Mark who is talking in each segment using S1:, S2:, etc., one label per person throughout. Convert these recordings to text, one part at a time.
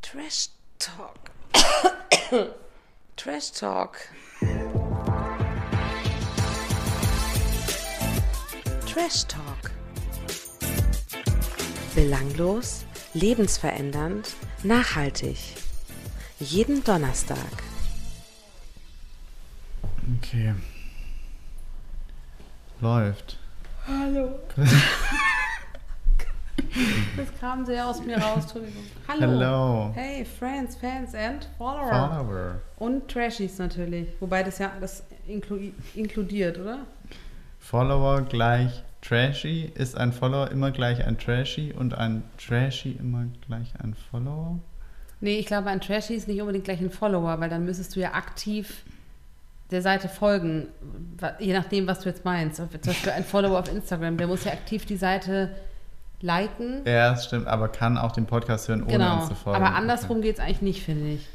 S1: Trash Talk. Trash Talk. Trash Talk. Belanglos, lebensverändernd, nachhaltig. Jeden Donnerstag.
S2: Okay. Läuft.
S3: Hallo. das kam sehr aus mir raus, Entschuldigung. Hallo.
S2: Hello.
S3: Hey, Friends, Fans and Follower.
S2: Follower.
S3: Und Trashies natürlich. Wobei das ja das inklu inkludiert, oder?
S2: Follower gleich Trashy. Ist ein Follower immer gleich ein Trashy und ein Trashy immer gleich ein Follower?
S3: Nee, ich glaube, ein Trashie ist nicht unbedingt gleich ein Follower, weil dann müsstest du ja aktiv der Seite folgen, wa- je nachdem, was du jetzt meinst. Zum Beispiel ein Follower auf Instagram, der muss ja aktiv die Seite liken.
S2: Ja, das stimmt, aber kann auch den Podcast hören, ohne
S3: genau.
S2: uns zu folgen.
S3: Aber andersrum geht's geht es eigentlich nicht, finde ich.
S2: Okay.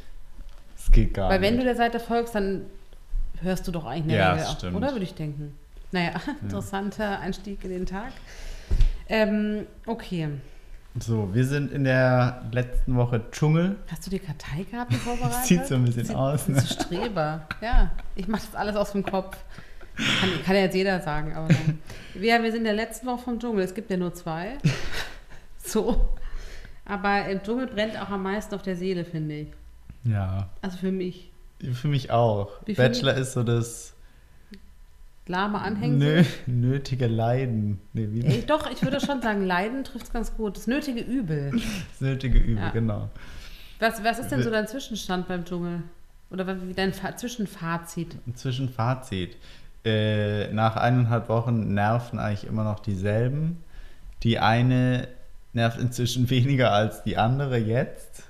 S2: Das geht gar
S3: Weil wenn du
S2: nicht.
S3: der Seite folgst, dann hörst du doch eigentlich
S2: Ja,
S3: eine
S2: das
S3: Regel ab,
S2: stimmt.
S3: oder würde ich denken. Naja, interessanter Einstieg in den Tag. Ähm, okay.
S2: So, wir sind in der letzten Woche Dschungel.
S3: Hast du die Karteikarten vorbereitet?
S2: Sieht so ein bisschen aus,
S3: Ne?
S2: ne?
S3: Bist du Streber? Ja, ich mache das alles aus dem Kopf. Kann, kann ja jetzt jeder sagen, aber nein. Wir, wir sind in der letzten Woche vom Dschungel. Es gibt ja nur zwei. So. Aber im Dschungel brennt auch am meisten auf der Seele, finde ich.
S2: Ja.
S3: Also für mich.
S2: Für mich auch.
S3: Wie viel-
S2: Bachelor ist so das
S3: Lahme Anhängsel.
S2: nö nötige Leiden. Nee, wie
S3: Ey, doch, ich würde schon sagen, Leiden trifft es ganz gut. Das nötige Übel.
S2: Das nötige Übel,
S3: Ja.
S2: genau.
S3: Was, was ist denn so dein Zwischenstand beim Dschungel? Oder was- wie dein Fa Zwischenfazit?
S2: Inzwischen Fazit. Äh, nach eineinhalb Wochen nerven eigentlich immer noch dieselben. Die eine nervt inzwischen weniger als die andere jetzt.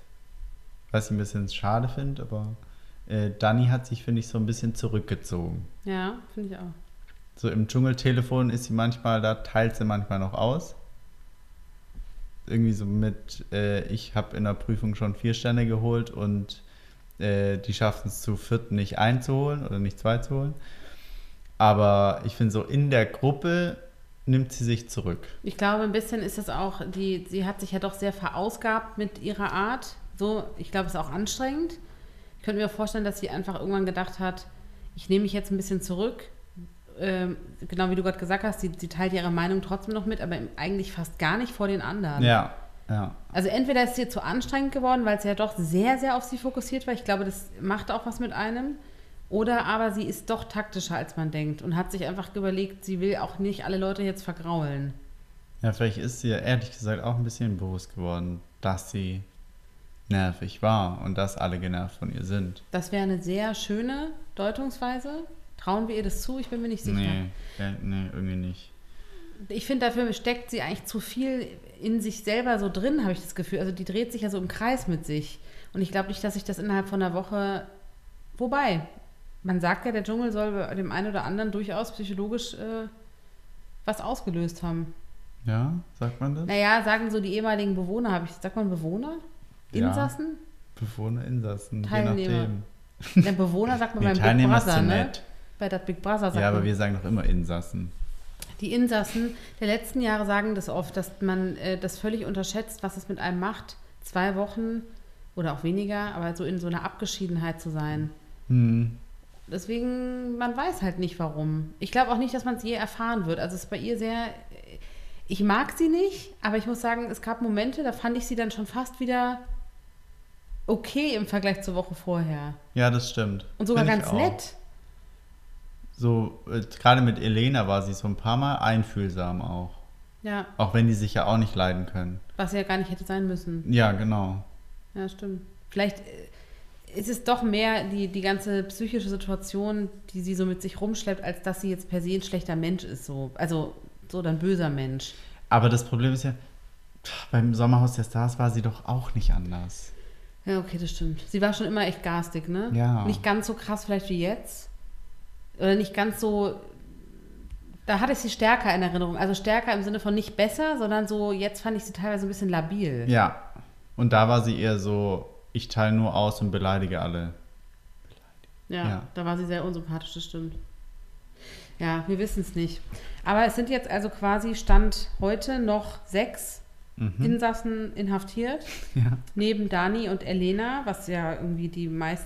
S2: Was ich ein bisschen schade finde, aber äh, Dani hat sich, finde ich, so ein bisschen zurückgezogen.
S3: Ja, finde ich auch.
S2: So im Dschungeltelefon ist sie manchmal, da teilt sie manchmal noch aus. Irgendwie so mit, äh, ich habe in der Prüfung schon vier Sterne geholt und äh, die schaffen es zu viert nicht einzuholen oder nicht zwei zu holen. Aber ich finde so in der Gruppe nimmt sie sich zurück.
S3: Ich glaube, ein bisschen ist das auch, die, sie hat sich ja doch sehr verausgabt mit ihrer Art. So, ich glaube, es ist auch anstrengend. Ich könnte mir vorstellen, dass sie einfach irgendwann gedacht hat, ich nehme mich jetzt ein bisschen zurück. Ähm, genau wie du gerade gesagt hast, sie, sie teilt ihre Meinung trotzdem noch mit, aber im- eigentlich fast gar nicht vor den anderen.
S2: Ja, ja.
S3: Also entweder ist es ihr zu anstrengend geworden, weil es ja doch sehr, sehr auf sie fokussiert war. Ich glaube, das macht auch was mit einem. Oder aber sie ist doch taktischer, als man denkt und hat sich einfach überlegt, sie will auch nicht alle Leute jetzt vergraulen.
S2: Ja, vielleicht ist sie ja ehrlich gesagt auch ein bisschen bewusst geworden, dass sie nervig war und dass alle genervt von ihr sind.
S3: Das wäre eine sehr schöne Deutungsweise. Trauen wir ihr das zu? Ich bin mir nicht sicher.
S2: Nee, äh, nee, irgendwie nicht.
S3: Ich finde, dafür steckt sie eigentlich zu viel in sich selber so drin, habe ich das Gefühl. Also die dreht sich ja so im Kreis mit sich. Und ich glaube nicht, dass ich das innerhalb von einer Woche. Wobei, man sagt ja, der Dschungel soll bei dem einen oder anderen durchaus psychologisch äh, was ausgelöst haben.
S2: Ja, sagt man das?
S3: Naja, sagen so die ehemaligen Bewohner, habe ich. Sagt man Bewohner?
S2: Ja.
S3: Insassen?
S2: Bewohner, Insassen, je
S3: Teilnehmer.
S2: nachdem.
S3: Der Bewohner sagt man
S2: Nee,
S3: beim
S2: Teilnehmer
S3: Big
S2: ist
S3: Brother,
S2: zu
S3: ne?
S2: nett.
S3: Bei das Big Brother sagt
S2: Ja, aber
S3: man.
S2: wir sagen doch immer Insassen.
S3: Die Insassen der letzten Jahre sagen das oft, dass man äh, das völlig unterschätzt, was es mit einem macht, zwei Wochen oder auch weniger, aber so in so einer Abgeschiedenheit zu sein.
S2: Hm.
S3: Deswegen, man weiß halt nicht warum. Ich glaube auch nicht, dass man es je erfahren wird. Also es ist bei ihr sehr, ich mag sie nicht, aber ich muss sagen, es gab Momente, da fand ich sie dann schon fast wieder okay im Vergleich zur Woche vorher.
S2: Ja, das stimmt.
S3: Und sogar
S2: Find ich
S3: ganz
S2: auch.
S3: nett.
S2: So, äh, gerade mit Elena war sie so ein paar Mal einfühlsam auch.
S3: Ja,
S2: Auch wenn die sich ja auch nicht leiden können.
S3: was ja gar nicht hätte sein müssen.
S2: Ja, genau.
S3: Ja, stimmt. Vielleicht äh, ist es doch mehr die, die ganze psychische Situation, die sie so mit sich rumschleppt, als dass sie jetzt per se ein schlechter Mensch ist. So. Also so dann böser Mensch.
S2: Aber das Problem ist ja, pff, beim Sommerhaus der Stars war sie doch auch nicht anders.
S3: Ja, okay, das stimmt. Sie war schon immer echt garstig, ne?
S2: Ja.
S3: Nicht ganz so krass vielleicht wie jetzt. Oder nicht ganz so. Da hatte ich sie stärker in Erinnerung. Also stärker im Sinne von nicht besser, sondern so, jetzt fand ich sie teilweise ein bisschen labil.
S2: Ja. Und da war sie eher so, ich teile nur aus und beleidige alle.
S3: Ja,
S2: Ja.
S3: da war sie sehr unsympathisch, das stimmt. Ja, wir wissen es nicht. Aber es sind jetzt also quasi Stand heute noch sechs Insassen inhaftiert.
S2: Mhm. Ja.
S3: Neben Dani und Elena, was ja irgendwie die meist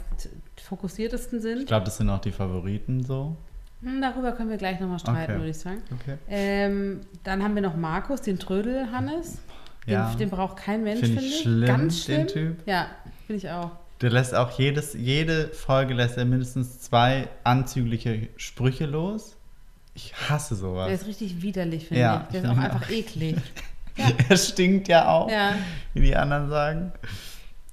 S3: fokussiertesten
S2: Ich
S3: sind.
S2: glaube, das sind auch die Favoriten so.
S3: Hm, darüber können wir gleich nochmal streiten,
S2: Okay.
S3: würde ich sagen.
S2: Okay.
S3: Ähm, dann haben wir noch Markus, den Trödel-Hannes. Den,
S2: Ja.
S3: den braucht kein Mensch,
S2: Finde
S3: finde
S2: ich
S3: ich.
S2: schlimm,
S3: Ganz schlimm.
S2: den Typ.
S3: Ja, finde ich auch.
S2: Der lässt auch jedes, jede Folge lässt er mindestens zwei anzügliche Sprüche los. Ich hasse sowas.
S3: Der ist richtig widerlich, finde
S2: Ja,
S3: ich. Der
S2: ich
S3: ist auch
S2: finde ihn
S3: einfach
S2: auch.
S3: eklig.
S2: Er stinkt ja auch,
S3: Ja.
S2: wie die anderen sagen.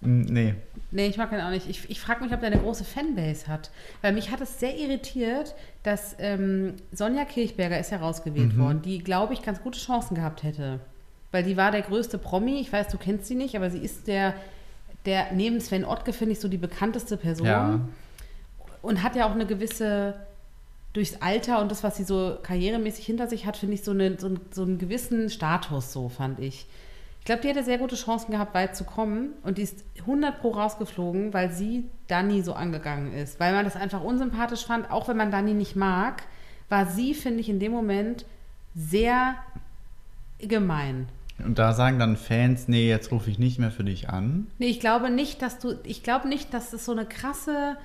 S2: Mm, Nee,
S3: Nee, ich mag ihn auch nicht. Ich, ich frage mich, ob der eine große Fanbase hat. Weil mich hat es sehr irritiert, dass ähm, Sonja Kirchberger ist ja rausgewählt worden, die, glaube ich, ganz gute Chancen gehabt hätte. Weil die war der größte Promi. Ich weiß, du kennst sie nicht, aber sie ist der, der neben Sven Ottke, finde ich, so die bekannteste Person.
S2: Ja.
S3: Und hat ja auch eine gewisse, durchs Alter und das, was sie so karrieremäßig hinter sich hat, finde ich so, eine, so, einen- so einen gewissen Status, so fand ich. Ich glaube, die hätte sehr gute Chancen gehabt, weit zu kommen. Und die ist 100 Pro rausgeflogen, weil sie Dani so angegangen ist. Weil man das einfach unsympathisch fand, auch wenn man Dani nicht mag, war sie, finde ich, in dem Moment sehr gemein.
S2: und da sagen dann Fans, nee, jetzt rufe ich nicht mehr für dich an.
S3: Nee, ich glaube nicht, dass du, ich glaube nicht, dass es so eine krasse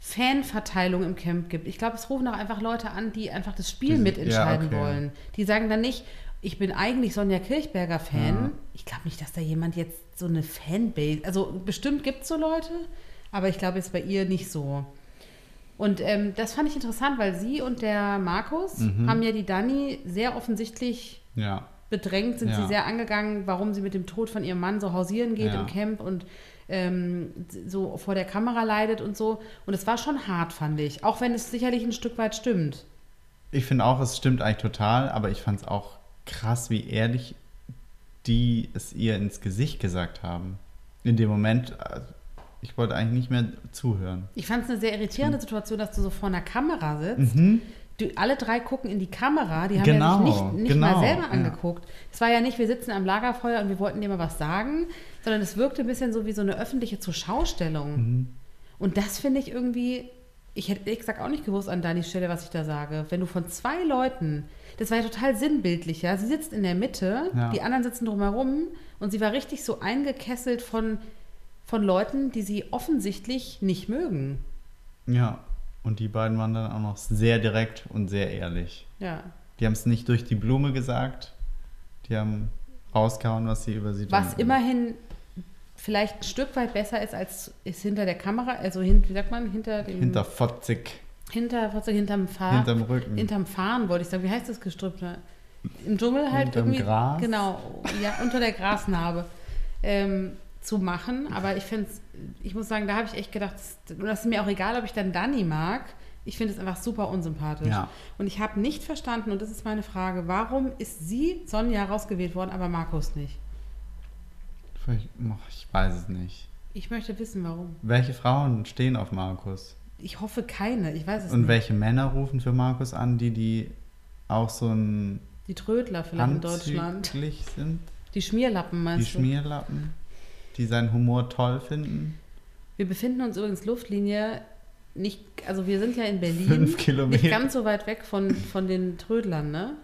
S3: Fanverteilung im Camp gibt. Ich glaube, es rufen auch einfach Leute an, die einfach das Spiel
S2: Die-
S3: mitentscheiden
S2: ja, okay.
S3: wollen. Die sagen dann nicht, ich bin eigentlich Sonja Kirchberger Fan.
S2: Ja.
S3: Ich glaube nicht, dass da jemand jetzt so eine Fanbase, also bestimmt gibt es so Leute, aber ich glaube jetzt bei ihr nicht so. Und ähm, das fand ich interessant, weil sie und der Markus
S2: Mhm.
S3: haben ja die Dani sehr offensichtlich
S2: Ja,
S3: bedrängt sind
S2: Ja.
S3: sie sehr angegangen, warum sie mit dem Tod von ihrem Mann so hausieren geht
S2: Ja.
S3: im Camp und ähm, so vor der Kamera leidet und so. Und es war schon hart, fand ich. Auch wenn es sicherlich ein Stück weit stimmt.
S2: ich finde auch, es stimmt eigentlich total, aber ich fand es auch krass, wie ehrlich die es ihr ins Gesicht gesagt haben. In dem Moment, äh, ich wollte eigentlich nicht mehr zuhören.
S3: Ich fand es eine sehr irritierende Situation, dass du so vor einer Kamera sitzt.
S2: Mhm.
S3: Du, alle drei gucken in die Kamera. Die haben
S2: Genau,
S3: ja sich nicht, nicht
S2: genau,
S3: mal selber
S2: ja.
S3: angeguckt. Es war ja nicht, wir sitzen am Lagerfeuer und wir wollten dir mal was sagen, sondern es wirkte ein bisschen so wie so eine öffentliche Zurschaustellung.
S2: Mhm.
S3: Und das finde ich irgendwie, ich hätte ehrlich gesagt auch nicht gewusst an Danis Stelle, was ich da sage. Wenn du von zwei Leuten, das war ja total sinnbildlich, ja. Sie sitzt in der Mitte,
S2: Ja.
S3: die anderen sitzen drumherum und sie war richtig so eingekesselt von, von Leuten, die sie offensichtlich nicht mögen.
S2: Ja, und die beiden waren dann auch noch sehr direkt und sehr ehrlich.
S3: Ja.
S2: Die haben es nicht durch die Blume gesagt, die haben rausgehauen, was sie über sie
S3: Was
S2: denken.
S3: immerhin vielleicht ein Stück weit besser ist, als ist hinter der Kamera, also hin, wie sagt man, hinter dem
S2: Hinter Fotzig,
S3: hinter, was soll ich, hinterm Fahren.
S2: hinterm Rücken.
S3: Hinterm Fahren wollte ich sagen. Wie heißt das Gestrüpp? Ne? Im Dschungel halt
S2: Hinterm
S3: irgendwie.
S2: Gras?
S3: Genau, ja, unter der Grasnarbe ähm, zu machen. Aber ich finde ich muss sagen, da habe ich echt gedacht, das, und das ist mir auch egal, ob ich dann Dani mag. Ich finde es einfach super unsympathisch.
S2: Ja.
S3: Und ich habe nicht verstanden, und das ist meine Frage, warum ist sie, Sonja, rausgewählt worden, aber Markus nicht?
S2: Vielleicht- ach, Ich weiß es nicht.
S3: Ich möchte wissen, warum.
S2: Welche Frauen stehen auf Markus?
S3: Ich hoffe keine. Ich weiß es
S2: Und
S3: nicht.
S2: welche Männer rufen für Markus an, die die auch so ein
S3: Die Trödler vielleicht in Deutschland.
S2: anzüglich sind?
S3: Die Schmierlappen
S2: Die
S3: meinst du?
S2: Schmierlappen, die seinen Humor toll finden?
S3: Wir befinden uns übrigens Luftlinie nicht, also wir sind ja in Berlin.
S2: Fünf Kilometer.
S3: Nicht ganz so weit weg von, von den Trödlern, ne?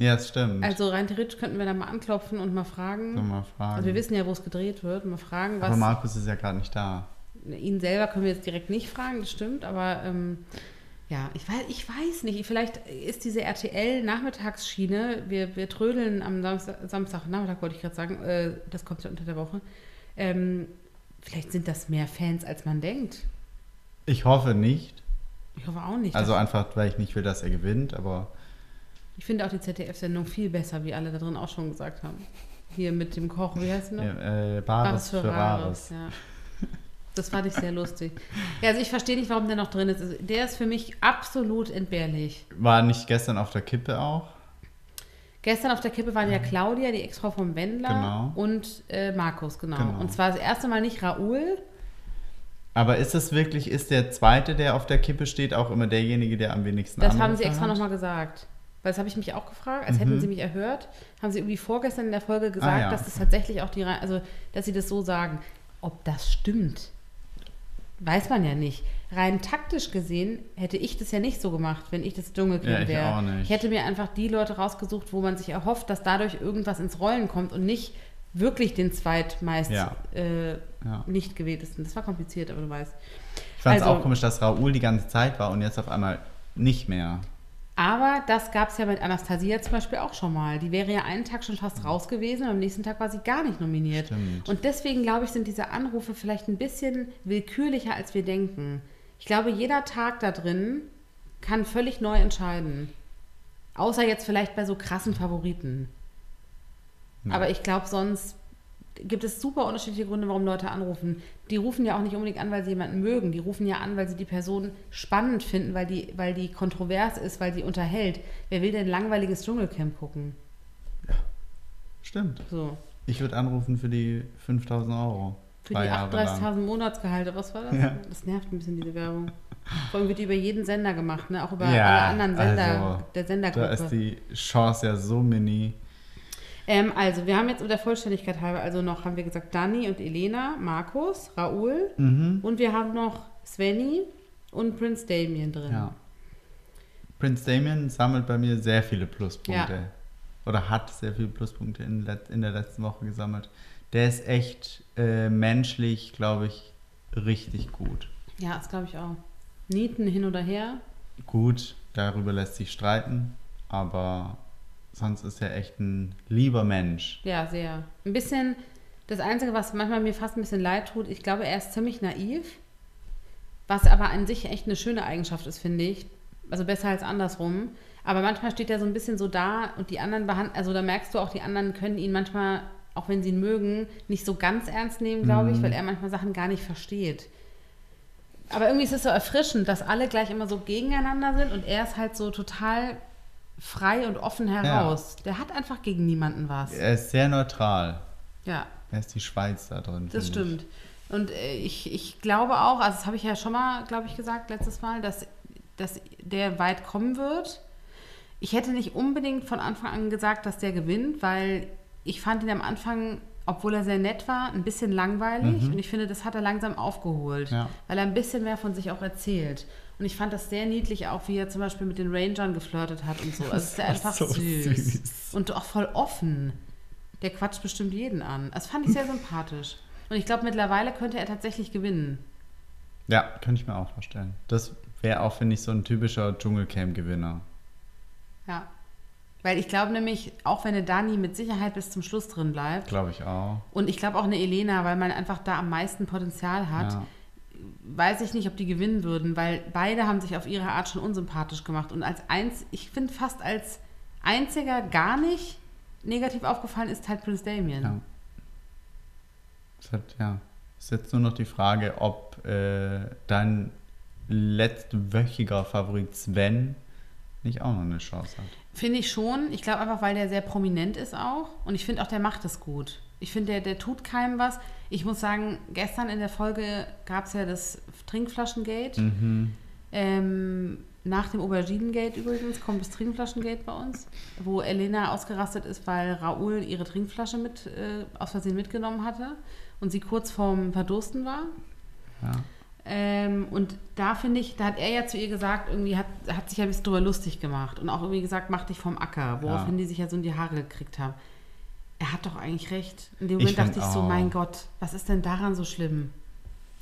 S2: Ja, das stimmt.
S3: Also rein theoretisch könnten wir da mal anklopfen und mal
S2: Sollen
S3: fragen.
S2: wir mal fragen.
S3: Also wir wissen ja, wo es gedreht wird, mal fragen,
S2: Aber
S3: was.
S2: Markus ist ja gerade nicht da.
S3: Ihn selber können wir jetzt direkt nicht fragen, das stimmt, aber ähm, ja, ich weiß, ich weiß nicht. Vielleicht ist diese RTL-Nachmittagsschiene, wir, wir trödeln am Samstag, Samstagnachmittag, wollte ich gerade sagen, äh, das kommt ja unter der Woche. Ähm, vielleicht sind das mehr Fans, als man denkt.
S2: Ich hoffe nicht.
S3: Ich hoffe auch nicht.
S2: also
S3: dass-
S2: einfach, weil ich nicht will, dass er gewinnt, aber
S3: Ich finde auch die ZDF-Sendung viel besser, wie alle da drin auch schon gesagt haben. Hier mit dem Koch, wie heißt der noch?
S2: äh, äh, Bares für Rares.
S3: ja. Das fand ich sehr lustig. Ja, also ich verstehe nicht, warum der noch drin ist. Also der ist für mich absolut entbehrlich.
S2: War nicht gestern auf der Kippe auch?
S3: Gestern auf der Kippe waren ja Claudia, die Ex-Frau vom Wendler,
S2: Mhm. Genau.
S3: und äh, Markus, genau.
S2: Genau.
S3: Und zwar das erste Mal nicht Raoul.
S2: Aber ist es wirklich, ist der Zweite, der auf der Kippe steht, auch immer derjenige, der am wenigsten
S3: Das haben
S2: Anrufe
S3: sie extra
S2: hat?
S3: nochmal gesagt. Weil das habe ich mich auch gefragt, als hätten sie mich erhört. Haben sie irgendwie vorgestern in der Folge gesagt,
S2: Mhm. Ah, ja,
S3: dass das
S2: okay.
S3: tatsächlich auch die, Rei- also dass sie das so sagen. Ob das stimmt? Weiß man ja nicht. Rein taktisch gesehen hätte ich das ja nicht so gemacht, wenn ich das
S2: Ja,
S3: Dschungelcamp
S2: ich
S3: wäre.
S2: auch nicht.
S3: Ich hätte mir einfach die Leute rausgesucht, wo man sich erhofft, dass dadurch irgendwas ins Rollen kommt und nicht wirklich den zweitmeist
S2: Ja.
S3: äh,
S2: Ja.
S3: nicht gewähltesten. Das war kompliziert, aber du weißt.
S2: Ich fand es
S3: Also-
S2: auch komisch, dass Raoul die ganze Zeit war und jetzt auf einmal nicht mehr.
S3: Aber das gab es ja mit Anastasia zum Beispiel auch schon mal. Die wäre ja einen Tag schon fast raus gewesen und am nächsten Tag war sie gar nicht nominiert.
S2: Stimmt.
S3: Und deswegen, glaube ich, sind diese Anrufe vielleicht ein bisschen willkürlicher, als wir denken. Ich glaube, jeder Tag da drin kann völlig neu entscheiden. Außer jetzt vielleicht bei so krassen Favoriten. Aber ich glaube, sonst gibt es super unterschiedliche Gründe, warum Leute anrufen. Die rufen ja auch nicht unbedingt an, weil sie jemanden mögen. Die rufen ja an, weil sie die Person spannend finden, weil die, weil die kontrovers ist, weil die unterhält. Wer will denn langweiliges Dschungelcamp gucken?
S2: Stimmt.
S3: So.
S2: Ich würde anrufen für die 5000 Euro.
S3: Für
S2: Zwei
S3: die
S2: Jahre lang.
S3: 38.000 Monatsgehalte, was war das?
S2: Ja.
S3: Das nervt ein bisschen, diese Werbung. Vor allem wird die über jeden Sender gemacht, ne? auch über
S2: Ja,
S3: alle anderen Sender
S2: also,
S3: der
S2: Da ist
S3: Sendergruppe.
S2: die Chance ja so mini.
S3: Ähm, also, wir haben jetzt um der Vollständigkeit halber, also noch, haben wir gesagt, Dani und Elena, Markus, Raoul und wir haben noch Svenny und Prince Damien drin.
S2: Ja. Prince Damien sammelt bei mir sehr viele Pluspunkte.
S3: Ja.
S2: Oder hat sehr viele Pluspunkte in, let- in der letzten Woche gesammelt. Der ist echt äh, menschlich, glaube ich, richtig gut.
S3: Ja, das glaube ich auch. Nieten hin oder her.
S2: Gut, darüber lässt sich streiten, aber sonst ist er echt ein lieber Mensch.
S3: Ja, sehr. Ein bisschen, das Einzige, was manchmal mir fast ein bisschen leid tut, ich glaube, er ist ziemlich naiv, was aber an sich echt eine schöne Eigenschaft ist, finde ich. Also besser als andersrum. Aber manchmal steht er so ein bisschen so da und die anderen behandeln, also da merkst du auch, die anderen können ihn manchmal, auch wenn sie ihn mögen, nicht so ganz ernst nehmen, glaube ich, weil er manchmal Sachen gar nicht versteht. Aber irgendwie ist es so erfrischend, dass alle gleich immer so gegeneinander sind und er ist halt so total frei und offen heraus. Der hat einfach gegen niemanden was.
S2: Er ist sehr neutral.
S3: Ja,
S2: Er ist die Schweiz da drin.
S3: das
S2: finde ich.
S3: stimmt. Und äh, ich, ich glaube auch, also das habe ich ja schon mal, glaube ich, gesagt letztes Mal, dass, dass der weit kommen wird. Ich hätte nicht unbedingt von Anfang an gesagt, dass der gewinnt, weil ich fand ihn am Anfang, obwohl er sehr nett war, ein bisschen langweilig. Und ich finde, das hat er langsam aufgeholt,
S2: Ja.
S3: weil er ein bisschen mehr von sich auch erzählt. Und ich fand das sehr niedlich, auch wie er zum Beispiel mit den Rangern geflirtet hat und so. Also es ist ja
S2: war
S3: einfach
S2: so
S3: süß.
S2: süß.
S3: Und auch voll offen. Der quatscht bestimmt jeden an. Das fand ich sehr sympathisch. Und ich glaube, mittlerweile könnte er tatsächlich gewinnen.
S2: Ja, könnte ich mir auch vorstellen. Das wäre auch, finde ich, so ein typischer Dschungelcamp-Gewinner.
S3: Ja. Weil ich glaube nämlich, auch wenn eine Dani mit Sicherheit bis zum Schluss drin bleibt,
S2: Glaube ich auch.
S3: und ich glaube auch eine Elena, weil man einfach da am meisten Potenzial hat,
S2: Ja.
S3: weiß ich nicht, ob die gewinnen würden, weil beide haben sich auf ihre Art schon unsympathisch gemacht. Und als eins, ich finde fast als einziger gar nicht negativ aufgefallen ist halt Prince Damien.
S2: Ja. Es hat, ja. Ist jetzt nur noch die Frage, ob äh, dein letztwöchiger Favorit Sven nicht auch noch eine Chance hat.
S3: Finde ich schon. Ich glaube einfach, weil der sehr prominent ist auch. Und ich finde auch, der macht es gut. Ich finde, der, der tut keinem was. Ich muss sagen, gestern in der Folge gab es ja das Trinkflaschengate.
S2: Mhm.
S3: Mhm. Ähm, nach dem Auberginengate übrigens kommt das Trinkflaschengate bei uns, wo Elena ausgerastet ist, weil Raoul ihre Trinkflasche mit, äh, aus Versehen mitgenommen hatte und sie kurz vorm Verdursten war.
S2: Ja.
S3: Ähm, und da finde ich, da hat er ja zu ihr gesagt, irgendwie hat, hat sich ja ein bisschen drüber lustig gemacht und auch irgendwie gesagt, mach dich vom Acker,
S2: Ja.
S3: woraufhin die sich ja so in die Haare gekriegt haben. Er hat doch eigentlich recht. In dem
S2: Ich
S3: Moment dachte ich
S2: find
S3: so,
S2: auch.
S3: mein Gott, was ist denn daran so schlimm?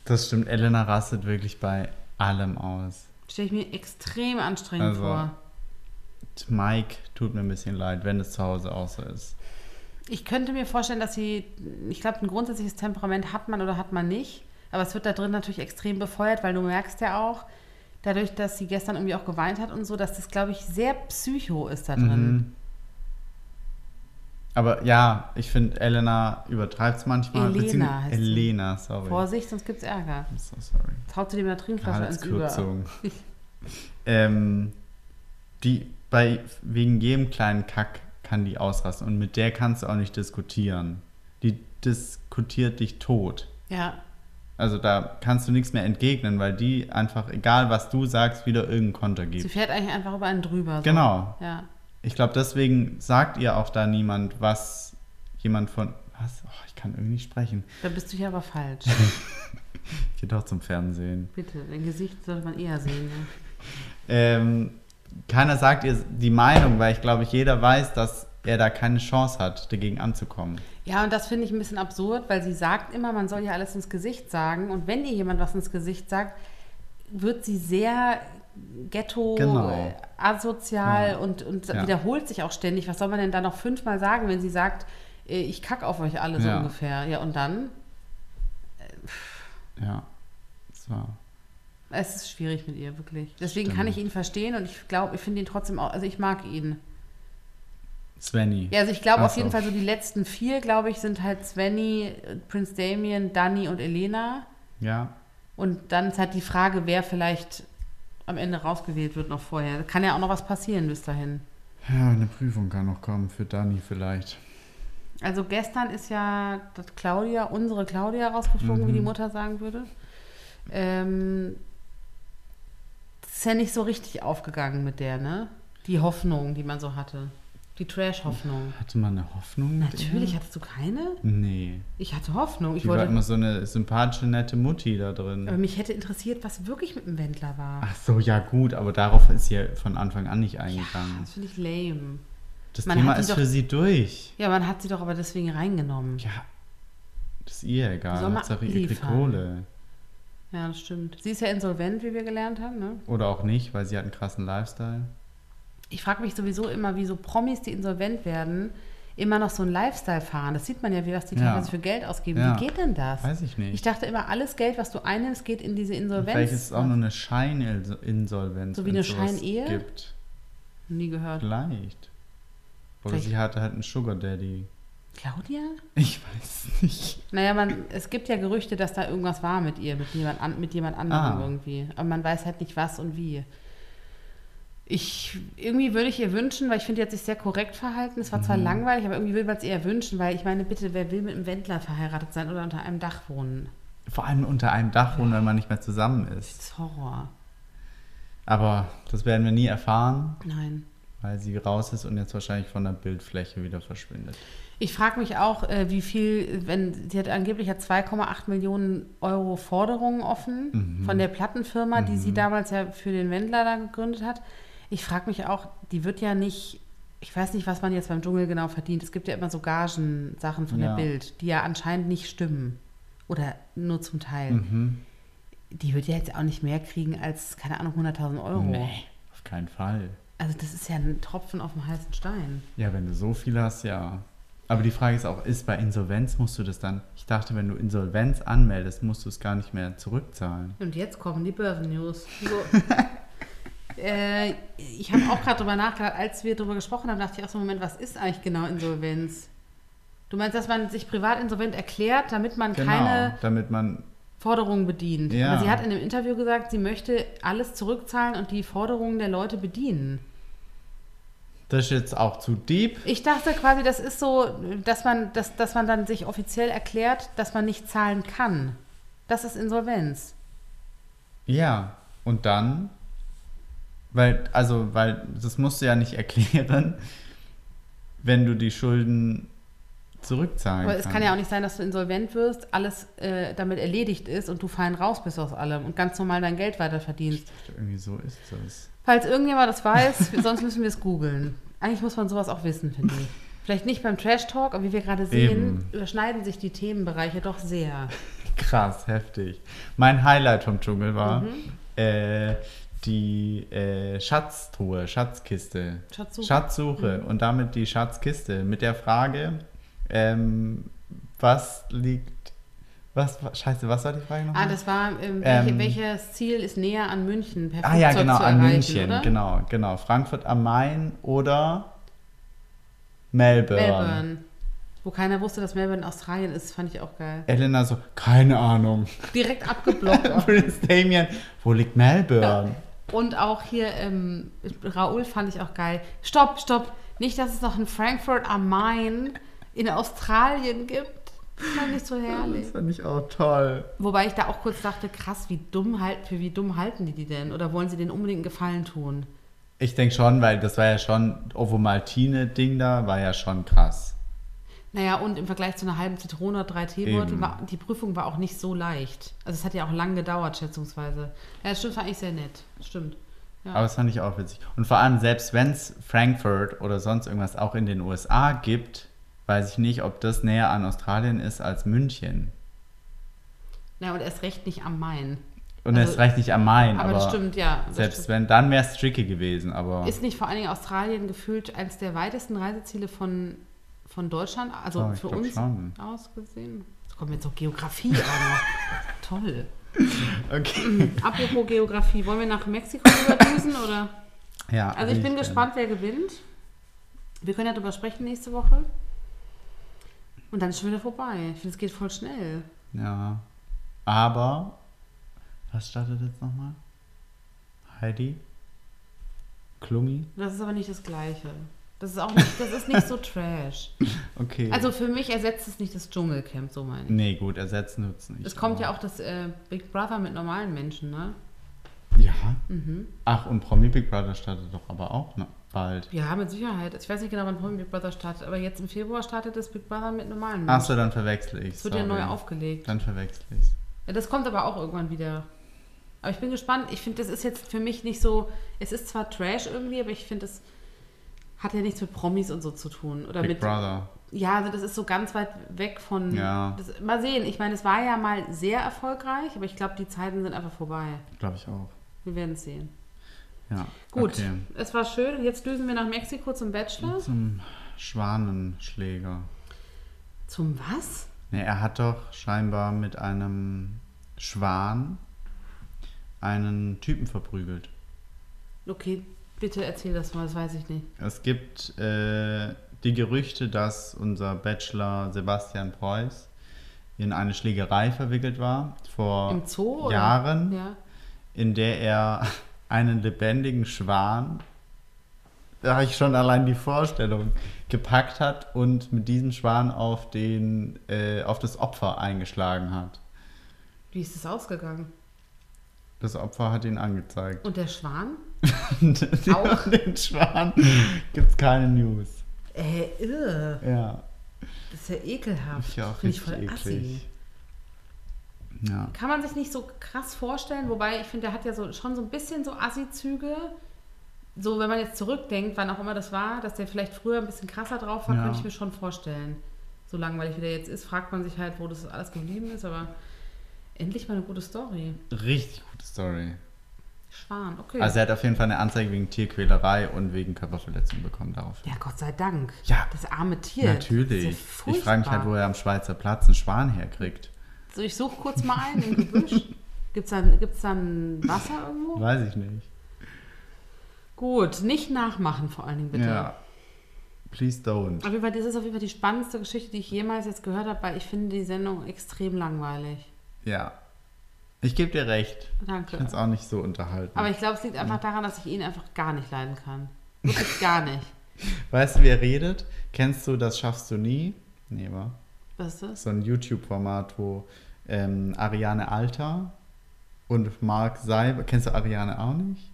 S2: Das stimmt, Elena rastet wirklich bei allem aus.
S3: Stelle ich mir extrem anstrengend
S2: Also.
S3: vor.
S2: Mike tut mir ein bisschen leid, wenn es zu Hause auch so ist.
S3: Ich könnte mir vorstellen, dass sie, ich glaube, ein grundsätzliches Temperament hat man oder hat man nicht. Aber es wird da drin natürlich extrem befeuert, weil du merkst ja auch, dadurch, dass sie gestern irgendwie auch geweint hat und so, dass das, glaube ich, sehr psycho ist da drin.
S2: Mhm. Aber ja, ich finde, Elena übertreibt es manchmal.
S3: Elena
S2: beziehungsweise-
S3: heißt sie.
S2: Elena, sorry.
S3: Vorsicht, sonst gibt's Ärger.
S2: I'm so sorry.
S3: Jetzt haut sie dem der Trinkflasche ins Über.
S2: Halskürzung. ähm, die bei wegen jedem kleinen Kack kann die ausrasten und mit der kannst du auch nicht diskutieren. Die diskutiert dich tot.
S3: Ja,
S2: Also da kannst du nichts mehr entgegnen, weil die einfach egal was du sagst wieder irgendeinen Konter
S3: sie
S2: gibt.
S3: fährt eigentlich einfach über einen drüber. So.
S2: Genau.
S3: Ja.
S2: Ich glaube deswegen sagt ihr auch da niemand, was jemand von was. Oh, ich kann irgendwie nicht sprechen.
S3: Da bist du hier aber falsch.
S2: Geht doch zum Fernsehen.
S3: Bitte, dein Gesicht sollte man eher sehen. Ne?
S2: Ähm, keiner sagt ihr die Meinung, weil ich glaube, jeder weiß, dass er da keine Chance hat, dagegen anzukommen.
S3: Ja, und das finde ich ein bisschen absurd, weil sie sagt immer, man soll ja alles ins Gesicht sagen. Und wenn ihr jemand was ins Gesicht sagt, wird sie sehr ghetto,
S2: Genau.
S3: äh, asozial
S2: Ja.
S3: und, und
S2: Ja.
S3: wiederholt sich auch ständig. Was soll man denn da noch fünfmal sagen, wenn sie sagt, äh, ich kack auf euch alle so
S2: Ja.
S3: ungefähr? Ja, und dann?
S2: Ja. So.
S3: Es ist schwierig mit ihr, wirklich. Deswegen
S2: Stimmt.
S3: kann ich ihn verstehen und ich glaube, ich finde ihn trotzdem auch, also ich mag ihn.
S2: Svenny.
S3: Ja, also ich glaube
S2: Ach
S3: auf jeden
S2: so.
S3: Fall so die letzten vier, glaube ich, sind halt Svenny, äh, Prince Damien, Danny und Elena.
S2: Ja.
S3: Und dann ist halt die Frage, wer vielleicht am Ende rausgewählt wird noch vorher. Kann ja auch noch was passieren bis dahin.
S2: Ja, eine Prüfung kann noch kommen für Dani vielleicht.
S3: Also gestern ist ja das Claudia, unsere Claudia rausgeflogen, wie die
S2: Mhm.
S3: Mutter sagen würde. Ähm, das ist ja nicht so richtig aufgegangen mit der, ne? Die Hoffnung, die man so hatte. Die Trash-Hoffnung.
S2: Hatte man eine Hoffnung? mit ihr?
S3: Natürlich hattest du keine?
S2: Nee.
S3: Ich hatte Hoffnung. Ich
S2: Die war
S3: wollte.
S2: immer so eine sympathische, nette Mutti da
S3: Aber
S2: drin.
S3: mich hätte interessiert, was wirklich mit dem Wendler war.
S2: Ach so, ja gut, aber darauf ist sie ja von Anfang an nicht
S3: ja,
S2: eingegangen.
S3: das finde ich lame.
S2: das
S3: man
S2: Thema
S3: hat die
S2: ist
S3: doch-
S2: für sie durch.
S3: Ja, man hat sie doch aber deswegen reingenommen.
S2: Ja, das ist ihr egal.
S3: Soll man
S2: Hauptsache ihr kriegt
S3: abliefern.
S2: Kohle.
S3: Ja, das stimmt. Sie ist ja insolvent, wie wir gelernt haben, ne?
S2: Oder auch nicht, weil sie hat einen krassen Lifestyle.
S3: Ich frage mich sowieso immer, wie so Promis, die insolvent werden, immer noch so einen Lifestyle fahren. Das sieht man ja, wie was die
S2: Ja.
S3: teilweise für Geld ausgeben.
S2: Ja.
S3: Wie geht denn das?
S2: Weiß ich nicht.
S3: Ich dachte immer, alles Geld, was du einnimmst, geht in diese Insolvenz.
S2: Vielleicht ist es auch nur eine Scheininsolvenz.
S3: So wie
S2: wenn
S3: eine
S2: es sowas
S3: Scheinehe?
S2: Gibt.
S3: Nie gehört.
S2: Vielleicht. Oder
S3: Vielleicht-
S2: sie hatte halt einen Sugar Daddy.
S3: Claudia?
S2: Ich weiß nicht.
S3: Naja, man, es gibt ja Gerüchte, dass da irgendwas war mit ihr, mit jemand, an, mit jemand anderem
S2: Ah.
S3: irgendwie. Aber man weiß halt nicht, was und wie. Ich, irgendwie würde ich ihr wünschen, weil ich finde, die hat sich sehr korrekt verhalten. Es war
S2: Mhm.
S3: zwar langweilig, aber irgendwie will man es ihr wünschen, weil ich meine, bitte, wer will mit einem Wendler verheiratet sein oder unter einem Dach wohnen?
S2: Vor allem unter einem Dach wohnen, wenn man nicht mehr zusammen ist.
S3: Das ist Horror.
S2: Aber das werden wir nie erfahren,
S3: Nein.
S2: weil sie raus ist und jetzt wahrscheinlich von der Bildfläche wieder verschwindet.
S3: Ich frage mich auch, äh, wie viel, wenn sie hat angeblich ja 2,8 Millionen Euro Forderungen offen
S2: Mhm.
S3: von der Plattenfirma, die sie damals ja für den Wendler da gegründet hat. Ich frage mich auch, die wird ja nicht, ich weiß nicht, was man jetzt beim Dschungel genau verdient. Es gibt ja immer so Gagensachen von
S2: Ja.
S3: der Bild, die ja anscheinend nicht stimmen oder nur zum Teil.
S2: Mhm.
S3: Die wird ja jetzt auch nicht mehr kriegen als, keine Ahnung, 100.000 Euro.
S2: Nee, auf keinen Fall.
S3: Also das ist ja ein Tropfen auf dem heißen Stein.
S2: Ja, wenn du so viel hast, ja. Aber die Frage ist auch, ist bei Insolvenz musst du das dann? Ich dachte, wenn du Insolvenz anmeldest, musst du es gar nicht mehr zurückzahlen.
S3: Und jetzt kommen die Börsennews. So. äh, ich habe auch gerade drüber nachgedacht, als wir drüber gesprochen haben, dachte ich auch so, Moment, was ist eigentlich genau Insolvenz? Du meinst, dass man sich privat insolvent erklärt, damit man
S2: Genau,
S3: keine
S2: damit man
S3: Forderungen bedient.
S2: Ja.
S3: Aber sie hat in dem Interview gesagt, sie möchte alles zurückzahlen und die Forderungen der Leute bedienen.
S2: das ist jetzt auch zu deep.
S3: Ich dachte quasi, das ist so, dass man, dass, dass man dann sich offiziell erklärt, dass man nicht zahlen kann. Das ist Insolvenz.
S2: Ja, und dann, weil also weil das musst du ja nicht erklären, wenn du die Schulden zurückzahlen
S3: Aber es
S2: kannst.
S3: kann ja auch nicht sein, dass du insolvent wirst, alles äh, damit erledigt ist und du fein raus bist aus allem und ganz normal dein Geld weiterverdienst.
S2: Irgendwie so ist das.
S3: Falls irgendjemand das weiß, sonst müssen wir es googeln. Eigentlich muss man sowas auch wissen, finde ich. Vielleicht nicht beim Trash Talk, aber wie wir gerade sehen,
S2: Eben.
S3: überschneiden sich die Themenbereiche doch sehr.
S2: Krass, heftig. Mein Highlight vom Dschungel war
S3: Mhm.
S2: äh, die äh, Schatztruhe, Schatzkiste.
S3: Schatzsuche. Mhm.
S2: Schatzsuche und damit die Schatzkiste mit der Frage, ähm, was liegt, was, was- scheiße, was war die Frage nochmal?
S3: Ah, das war, ähm, welche,
S2: Ähm.
S3: welches Ziel ist näher an München? Per
S2: Ah ja,
S3: Flugzeug
S2: genau,
S3: zu
S2: an
S3: erreichen,
S2: München,
S3: oder?
S2: genau, genau. Frankfurt am Main oder Melbourne.
S3: Melbourne. Wo keiner wusste, dass Melbourne Australien ist, fand ich auch geil.
S2: Elena so, keine Ahnung.
S3: Direkt abgeblockt. auch.
S2: Prince Damien, wo liegt Melbourne?
S3: Und auch hier ähm, Raoul fand ich auch geil. Stopp, stopp. Nicht, dass es noch in Frankfurt am Main in Australien gibt. Das fand ich so herrlich.
S2: Das fand ich auch toll.
S3: Wobei ich da auch kurz dachte, krass, wie dumm halt, für wie dumm halten die die denn? Oder wollen sie den unbedingt einen Gefallen tun?
S2: Ich denke schon, weil das war ja schon, Ovomaltine-Ding da, war ja schon krass.
S3: Naja, und im Vergleich zu einer halben Zitrone oder drei Teebeutel,
S2: Eben.
S3: war, die Prüfung war auch nicht so leicht. Also es hat ja auch lang gedauert, schätzungsweise. Ja, das stimmt, fand ich sehr nett. Stimmt. Ja.
S2: Aber das fand ich auch witzig. Und vor allem, selbst wenn es Frankfurt oder sonst irgendwas auch in den USA gibt, weiß ich nicht, ob das näher an Australien ist als München.
S3: Na, und erst recht nicht am Main.
S2: Und
S3: Also-
S2: es reicht nicht am Main,
S3: Aber
S2: aber,
S3: das stimmt, ja. Das
S2: selbst
S3: stimmt.
S2: wenn, dann wäre es tricky gewesen. Aber
S3: Ist nicht vor allen Dingen Australien gefühlt eines der weitesten Reiseziele von, von Deutschland, also
S2: Ja, ich
S3: für
S2: glaub
S3: uns
S2: schon.
S3: ausgesehen? Es kommt jetzt noch Geografie auch noch. Toll.
S2: okay.
S3: Mhm. Apropos Geografie, wollen wir nach Mexiko überdüsen oder?
S2: Ja,
S3: Also ich bin
S2: äh,
S3: gespannt, wer gewinnt. Wir können ja darüber sprechen nächste Woche. Und dann ist schon wieder vorbei. Ich finde, es geht voll schnell.
S2: Ja. Aber, was startet jetzt nochmal? Heidi? Klungi?
S3: Das ist aber nicht das Gleiche. Das ist auch nicht, das ist nicht so trash.
S2: Okay.
S3: Also für mich ersetzt es nicht das Dschungelcamp, so meine ich.
S2: nee, gut, ersetzen wird es nicht.
S3: Es kommt ja auch das äh, Big Brother mit normalen Menschen, ne?
S2: Ja.
S3: Mhm.
S2: Ach, und Promi Big Brother startet doch aber auch ne? bald.
S3: Ja, mit Sicherheit. Ich weiß nicht genau, wann Promi Big Brother startet, aber jetzt im Februar startet das Big Brother mit normalen Menschen.
S2: Achso, dann verwechsel ich
S3: Mhm. Es wird ja neu aufgelegt.
S2: Dann verwechsel ich
S3: Ja, das kommt aber auch irgendwann wieder. Aber ich bin gespannt. Ich finde, das ist jetzt für mich nicht so. Es ist zwar Trash irgendwie, aber ich finde, das hat ja nichts mit Promis und so zu tun. Oder
S2: Big
S3: mit.
S2: Brother.
S3: Ja, also das ist so ganz weit weg von.
S2: Ja.
S3: Das, mal sehen. Ich meine, es war ja mal sehr erfolgreich, aber ich glaube, die Zeiten sind einfach vorbei.
S2: Glaube ich auch.
S3: Wir werden es sehen.
S2: Ja.
S3: Gut,
S2: Okay. Mhm.
S3: es war schön. Und jetzt düsen wir nach Mexiko zum Bachelor.
S2: Zum Schwanenschläger.
S3: Zum was?
S2: Nee, er hat doch scheinbar mit einem Schwan einen Typen verprügelt.
S3: Okay, bitte erzähl das mal, das weiß ich nicht.
S2: Es gibt äh, die Gerüchte, dass unser Bachelor Sebastian Preuß in eine Schlägerei verwickelt war vor
S3: Im Zoo? oder?
S2: Jahren,
S3: Ja.
S2: in der er einen lebendigen Schwan, da habe ich schon allein die Vorstellung, gepackt hat und mit diesem Schwan auf, den, äh, auf das Opfer eingeschlagen hat.
S3: Wie ist das ausgegangen?
S2: Das Opfer hat ihn angezeigt.
S3: Und der Schwan?
S2: Und
S3: Auch?
S2: den Schwan gibt es keine News.
S3: Äh, irr.
S2: Ja,
S3: Das ist ja ekelhaft.
S2: ich auch
S3: Finde ich
S2: richtig
S3: voll assi.
S2: eklig. Ja.
S3: Kann man sich nicht so krass vorstellen, wobei ich finde, der hat ja so, schon so ein bisschen so Assi-Züge. So, wenn man jetzt zurückdenkt, wann auch immer das war, dass der vielleicht früher ein bisschen krasser drauf war,
S2: Ja.
S3: könnte ich mir schon vorstellen. So langweilig wie der jetzt ist, fragt man sich halt, wo das alles geblieben ist, aber endlich mal eine gute Story.
S2: Richtig gute Story.
S3: Schwan, okay.
S2: Also er hat auf jeden Fall eine Anzeige wegen Tierquälerei und wegen Körperverletzung bekommen daraufhin.
S3: ja, Gott sei Dank.
S2: Ja,
S3: Das arme Tier. Das
S2: Natürlich.
S3: ist ja
S2: ich frage mich
S3: furchtbar.
S2: halt, wo er am Schweizer Platz einen Schwan herkriegt.
S3: So, ich suche kurz mal einen im Gebüsch. Gibt es dann, gibt's dann Wasser irgendwo?
S2: Weiß ich nicht.
S3: Gut, nicht nachmachen vor allen Dingen bitte.
S2: Ja. Please don't.
S3: Auf jeden Fall, das ist auf jeden Fall die spannendste Geschichte, die ich jemals jetzt gehört habe, weil ich finde die Sendung extrem langweilig.
S2: Ja. Ich gebe dir recht. Ich
S3: Danke.
S2: kann es auch nicht so unterhalten.
S3: Aber ich glaube, es liegt einfach daran, dass ich ihn einfach gar nicht leiden kann. Wirklich gar nicht.
S2: weißt du, wer redet? Kennst du Das schaffst du nie? Nee, war.
S3: Was ist das?
S2: so ein YouTube-Format, wo ähm, Ariane Alter und Mark Seiber. Kennst du Ariane auch nicht?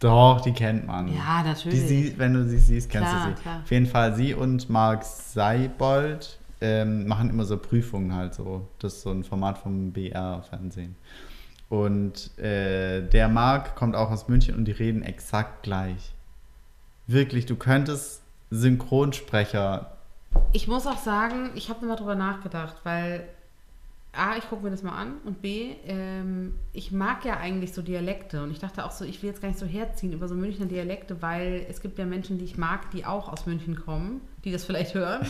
S2: Doch, die kennt man.
S3: Ja,
S2: Die
S3: natürlich.
S2: sie, wenn du sie siehst, kennst
S3: Klar,
S2: du sie.
S3: klar.
S2: Auf jeden Fall, sie und Mark Seibold ähm, machen immer so Prüfungen halt so. Das ist so ein Format vom BR-Fernsehen. Und äh, der Mark kommt auch aus München und die reden exakt gleich. Wirklich, du könntest Synchronsprecher
S3: ich muss auch sagen, ich habe nochmal drüber nachgedacht, weil A, ich gucke mir das mal an und B, ähm, ich mag ja eigentlich so Dialekte und ich dachte auch so, ich will jetzt gar nicht so herziehen über so Münchner Dialekte, weil es gibt ja Menschen, die ich mag, die auch aus München kommen, die das vielleicht hören.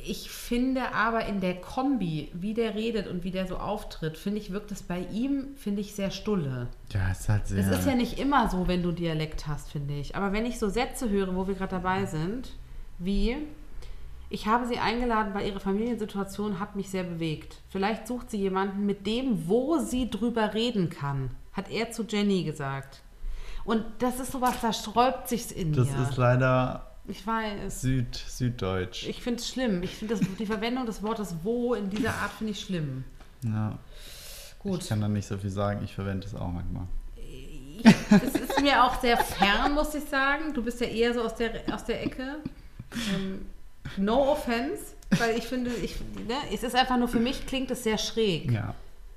S3: Ich finde aber in der Kombi, wie der redet und wie der so auftritt, finde ich, wirkt es bei ihm, finde ich, sehr stulle.
S2: Ja, ist halt sehr.
S3: Das ist ja nicht immer so, wenn du Dialekt hast, finde ich. Aber wenn ich so Sätze höre, wo wir gerade dabei sind, wie ich habe sie eingeladen, weil ihre Familiensituation hat mich sehr bewegt. Vielleicht sucht sie jemanden mit dem, wo sie drüber reden kann, hat er zu Jenny gesagt. Und das ist sowas, da sträubt sich's in
S2: Das
S3: mir.
S2: ist leider
S3: ich weiß.
S2: Süd, Süddeutsch.
S3: Ich finde es schlimm. Ich finde das- die Verwendung des Wortes wo in dieser Art finde ich schlimm.
S2: ja.
S3: Gut.
S2: Ich kann da nicht so viel sagen, ich verwende es auch manchmal.
S3: Ich- Es ist mir auch sehr fern, muss ich sagen. Du bist ja eher so aus der, aus der Ecke. Ähm, No offense, weil ich finde, ich, ne, es ist einfach nur für mich, klingt es sehr schräg.
S2: Ja.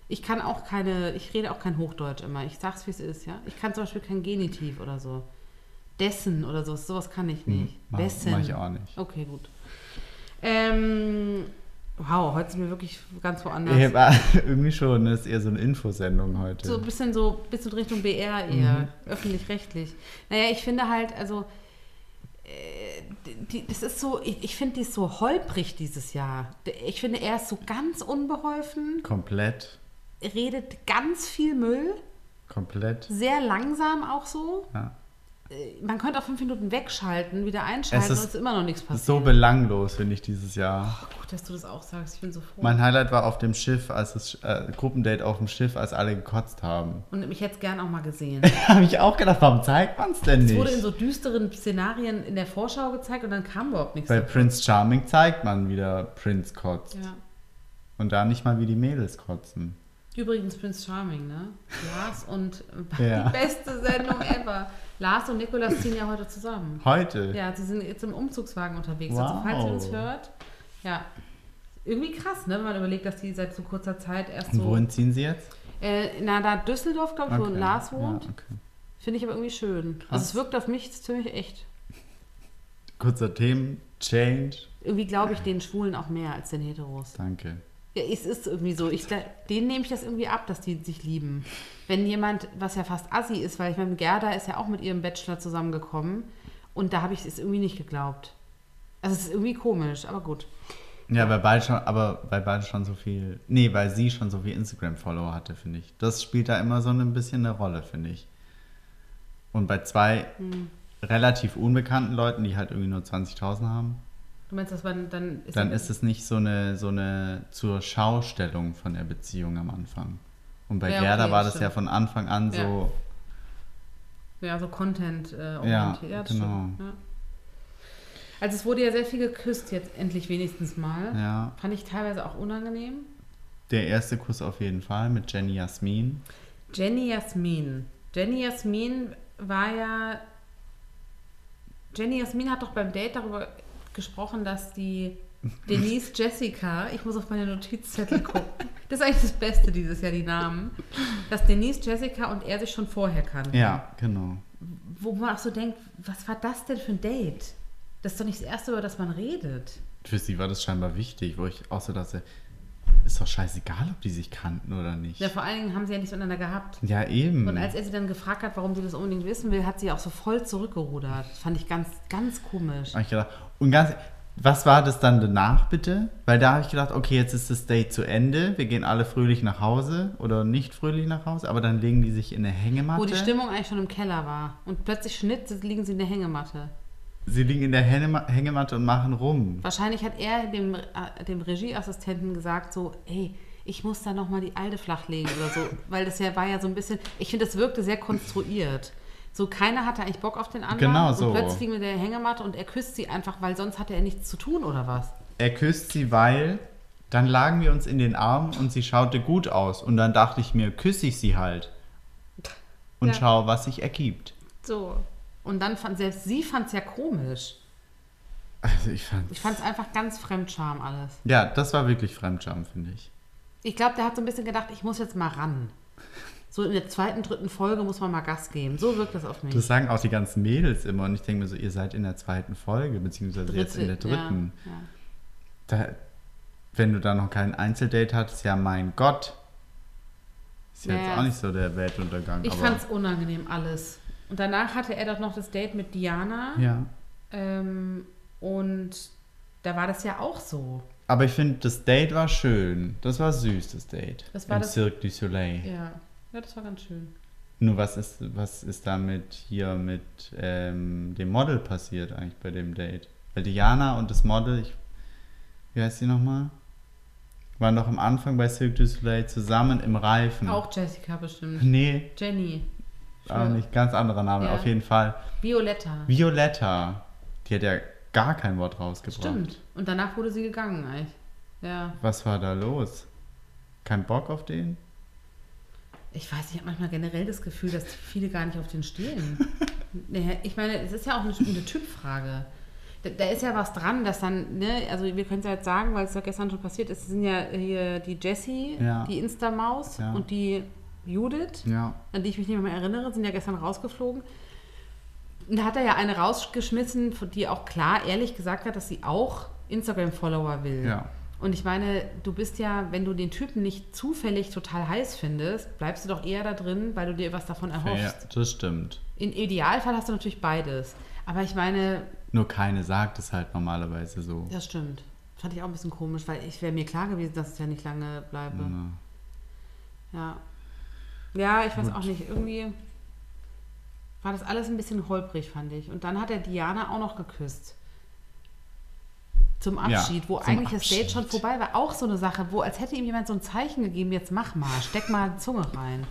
S3: Ich kann auch keine, ich rede auch kein Hochdeutsch immer. Ich sag's, wie es ist, ja. Ich kann zum Beispiel kein Genitiv oder so. Dessen oder so, sowas kann ich
S2: Hm,
S3: nicht.
S2: mach-
S3: Dessen.
S2: mach ich auch nicht.
S3: Okay, gut. Ähm, wow, heute sind wir wirklich ganz woanders.
S2: Ja, aber irgendwie schon, das ist eher so eine Infosendung heute.
S3: So ein bisschen so, bis in Richtung BR eher,
S2: Mhm.
S3: öffentlich-rechtlich. Naja, ich finde halt, also, äh, die, das ist so, ich, ich finde die ist so holprig dieses Jahr. Ich finde, er ist so ganz unbeholfen,
S2: komplett,
S3: redet ganz viel Müll,
S2: komplett.
S3: sehr langsam auch so.
S2: Ja.
S3: Äh, Man könnte auch fünf Minuten wegschalten, wieder einschalten,
S2: Es ist
S3: und es ist immer noch nichts
S2: Das ist
S3: passiert.
S2: so belanglos, finde ich, dieses Jahr.
S3: Gut, dass du das auch sagst, ich bin so froh.
S2: Mein Highlight war auf dem Schiff, als das äh, Gruppendate auf dem Schiff, als alle gekotzt haben.
S3: Und mich jetzt gern auch mal gesehen.
S2: Habe ich auch gedacht, warum zeigt man es denn
S3: Es wurde in
S2: nicht?
S3: so düsteren Szenarien in der Vorschau gezeigt und dann kam überhaupt nichts.
S2: Bei
S3: davon.
S2: Prince Charming zeigt man wieder Prince kotzt.
S3: ja.
S2: Und da nicht mal, wie die Mädels kotzen.
S3: Übrigens Prince Charming, ne? Lars und
S2: Ja.
S3: die beste Sendung ever. Lars und Nikolas ziehen ja heute zusammen.
S2: Heute?
S3: Ja, sie sind jetzt im Umzugswagen unterwegs. Also
S2: Wow.
S3: falls ihr das hört, ja. Irgendwie krass, ne? Wenn man überlegt, dass die seit so kurzer Zeit erst
S2: Und
S3: so.
S2: wohin ziehen sie jetzt?
S3: Äh, na, da Düsseldorf, glaube ich, wo Lars wohnt.
S2: Ja, okay.
S3: Finde ich aber irgendwie schön. Also es wirkt auf mich ziemlich echt.
S2: Kurzer Themen, Change.
S3: Irgendwie glaube ich den Schwulen auch mehr als den Heteros.
S2: Danke.
S3: Ja, es ist irgendwie so. Ich, gla- denen nehme ich das irgendwie ab, dass die sich lieben. Wenn jemand, was ja fast assi ist, weil ich meine, Gerda ist ja auch mit ihrem Bachelor zusammengekommen und da habe ich es irgendwie nicht geglaubt. Also es ist irgendwie komisch, aber gut.
S2: Ja, weil beide schon, aber weil beide schon so viel, nee, weil sie schon so viel Instagram-Follower hatte, finde ich. Das spielt da immer so ein bisschen eine Rolle, finde ich. Und bei zwei
S3: Hm.
S2: relativ unbekannten Leuten, die halt irgendwie nur 20.000 haben,
S3: Du meinst, dass man dann ist
S2: dann ist es nicht so eine, so eine zur Schaustellung von der Beziehung am Anfang. Und bei
S3: Ja, okay,
S2: Gerda war
S3: das
S2: das ja von Anfang an
S3: Ja.
S2: so,
S3: ja so Content äh,
S2: Ja,
S3: orientiert. das
S2: genau.
S3: stimmt, ja. Also es wurde ja sehr viel geküsst jetzt endlich wenigstens mal.
S2: ja,
S3: Fand ich teilweise auch unangenehm.
S2: der erste Kuss auf jeden Fall mit Jenny Jasmin.
S3: Jenny Jasmin. Jenny Jasmin war ja. Jenny Jasmin hat doch beim Date darüber gesprochen, dass die Denise Jessica, ich muss auf meine Notizzettel gucken, das ist eigentlich das Beste dieses Jahr, die Namen, dass Denise Jessica und er sich schon vorher kannten.
S2: Ja, genau.
S3: Wo man auch so denkt, was war das denn für ein Date? Das ist doch nicht das Erste, über das man redet.
S2: Für sie war das scheinbar wichtig, wo ich auch so dachte, ist doch scheißegal, ob die sich kannten oder nicht.
S3: Ja, vor allen Dingen haben sie ja nichts miteinander gehabt.
S2: Ja, eben.
S3: Und als er sie dann gefragt hat, warum sie das unbedingt wissen will, hat sie auch so voll zurückgerudert. Das fand ich ganz, ganz komisch.
S2: Hab ich gedacht, und ganz, was war das dann danach bitte? Weil da habe ich gedacht, okay, jetzt ist das Date zu Ende, wir gehen alle fröhlich nach Hause oder nicht fröhlich nach Hause, aber dann legen die sich in eine Hängematte.
S3: Wo die Stimmung eigentlich schon im Keller war. Und plötzlich schnitt, liegen sie in der Hängematte.
S2: Sie liegen in der Hängema- Hängematte und machen rum.
S3: Wahrscheinlich hat er dem, äh, dem Regieassistenten gesagt so, ey, ich muss da nochmal die alte flachlegen oder so. Weil das ja war ja so ein bisschen, ich finde, das wirkte sehr konstruiert. So, keiner hatte eigentlich Bock auf den anderen.
S2: Genau so.
S3: Und plötzlich liegen wir in der Hängematte und er küsst sie einfach, weil sonst hatte er nichts zu tun oder was.
S2: Er küsst sie, weil dann lagen wir uns in den Armen und sie schaute gut aus. Und dann dachte ich mir, küsse ich sie halt und
S3: Ja.
S2: schau, was sich ergibt.
S3: So. Und dann fand, selbst sie fand es ja komisch.
S2: Also ich fand
S3: Ich fand es einfach ganz Fremdscham alles.
S2: Ja, das war wirklich Fremdscham, finde ich.
S3: Ich glaube, der hat so ein bisschen gedacht, ich muss jetzt mal ran. So in der zweiten, dritten Folge muss man mal Gas geben. So wirkt das auf mich.
S2: Das sagen auch die ganzen Mädels immer und ich denke mir so, ihr seid in der zweiten Folge, beziehungsweise jetzt in der dritten.
S3: Ja, ja.
S2: Da, wenn du da noch kein Einzeldate hattest, ja mein Gott. Ist ja
S3: Ja.
S2: jetzt auch nicht so der Weltuntergang.
S3: Ich
S2: aber,
S3: fand es unangenehm alles. Und danach hatte er doch noch das Date mit Diana.
S2: Ja.
S3: Ähm, und da war das ja auch so.
S2: Aber ich finde, das Date war schön. Das war süß, das Date.
S3: Das war
S2: Im
S3: das-
S2: Cirque du Soleil.
S3: Ja. ja, das war ganz schön.
S2: Nur was ist, was ist da mit hier mit ähm, dem Model passiert eigentlich bei dem Date? Weil Diana und das Model, ich, wie heißt sie nochmal? Waren doch am Anfang bei Cirque du Soleil zusammen im Reifen.
S3: Auch Jessica
S2: Hm.
S3: bestimmt.
S2: Nee,
S3: Jenny.
S2: aber nicht ganz anderer Name,
S3: Ja.
S2: auf jeden Fall.
S3: Violetta.
S2: Violetta, die hat ja gar kein Wort rausgebracht.
S3: Stimmt. Und danach wurde sie gegangen eigentlich. Ja.
S2: Was war da los? Kein Bock auf den?
S3: Ich weiß, ich habe manchmal generell das Gefühl, dass viele gar nicht auf den stehen. naja, ich meine, es ist ja auch eine, eine Typfrage. Da, da ist ja was dran, dass dann, ne, also wir können es ja jetzt sagen, weil es ja gestern schon passiert ist, es sind ja hier die Jessie,
S2: Ja.
S3: die Instamaus
S2: Ja.
S3: und die Judith,
S2: Ja.
S3: an die ich mich nicht mehr erinnere, sind ja gestern rausgeflogen. Und da hat er ja eine rausgeschmissen, von die auch klar ehrlich gesagt hat, dass sie auch Instagram-Follower will.
S2: Ja.
S3: Und ich meine, du bist ja, wenn du den Typen nicht zufällig total heiß findest, bleibst du doch eher da drin, weil du dir was davon
S2: ja,
S3: erhoffst.
S2: das stimmt.
S3: Im Idealfall hast du natürlich beides. Aber ich meine,
S2: Nur keine sagt es halt normalerweise so.
S3: das stimmt. Fand ich auch ein bisschen komisch, weil ich wäre mir klar gewesen, dass es ja nicht lange bleibe.
S2: Ja.
S3: Ja. Ja, ich weiß
S2: Gut.
S3: auch nicht. Irgendwie war das alles ein bisschen holprig, fand ich. Und dann hat er Diana auch noch geküsst. Zum Abschied, wo
S2: zum
S3: eigentlich das Date
S2: Abschied.
S3: schon vorbei war. Auch so eine Sache, wo als hätte ihm jemand so ein Zeichen gegeben, jetzt mach mal, steck mal die Zunge rein.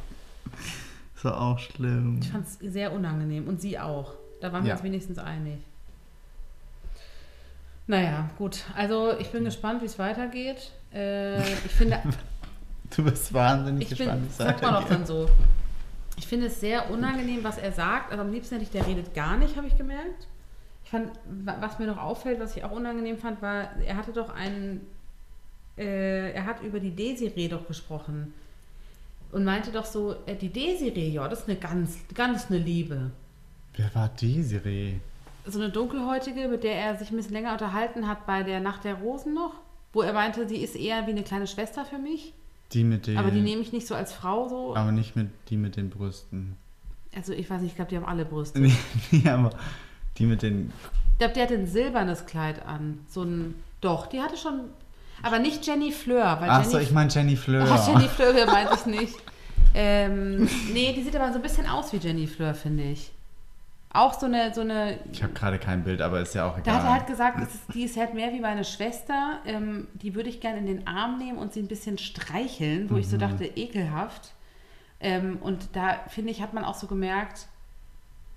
S2: Das war auch schlimm.
S3: Ich fand es sehr unangenehm und sie auch. Da waren wir
S2: Ja.
S3: uns wenigstens einig. Naja, gut. Also ich
S2: Hm.
S3: bin gespannt, wie es weitergeht. Äh, ich finde,
S2: Du bist wahnsinnig
S3: ich
S2: gespannt.
S3: bin,
S2: wie es
S3: sagt man auch
S2: weitergeht.
S3: dann so. Ich finde es sehr unangenehm, was er sagt. Also am liebsten hätte ich, der redet gar nicht, habe ich gemerkt. Ich fand, wa- was mir noch auffällt, was ich auch unangenehm fand, war, er hatte doch einen, äh, er hat über die Desiree doch gesprochen und meinte doch so, äh, die Desiree, ja, das ist eine ganz, ganz eine Liebe.
S2: Wer war Desiree?
S3: So eine dunkelhäutige, mit der er sich ein bisschen länger unterhalten hat bei der Nacht der Rosen noch, wo er meinte, sie ist eher wie eine kleine Schwester für mich,
S2: Die mit den.
S3: aber die nehme ich nicht so als Frau so.
S2: aber nicht mit die mit den Brüsten.
S3: Also ich weiß nicht, ich glaube, die haben alle Brüste.
S2: Nee, nee, aber die mit den.
S3: Ich glaube, die hatte ein silbernes Kleid an. So ein. Doch, die hatte schon. Aber nicht Jenny Fleur, weil
S2: Achso,
S3: Jenny,
S2: ich meine Jenny Fleur.
S3: Ach, Jenny Fleur wer meinte ich nicht. Ähm, nee, die sieht aber so ein bisschen aus wie Jenny Fleur, finde ich. Auch so eine, so eine.
S2: ich habe gerade kein Bild, aber ist ja auch egal.
S3: Da hat er halt gesagt, es ist, die ist halt mehr wie meine Schwester. Ähm, die würde ich gerne in den Arm nehmen und sie ein bisschen streicheln, wo ich so dachte, ekelhaft. Ähm, und da, finde ich, hat man auch so gemerkt,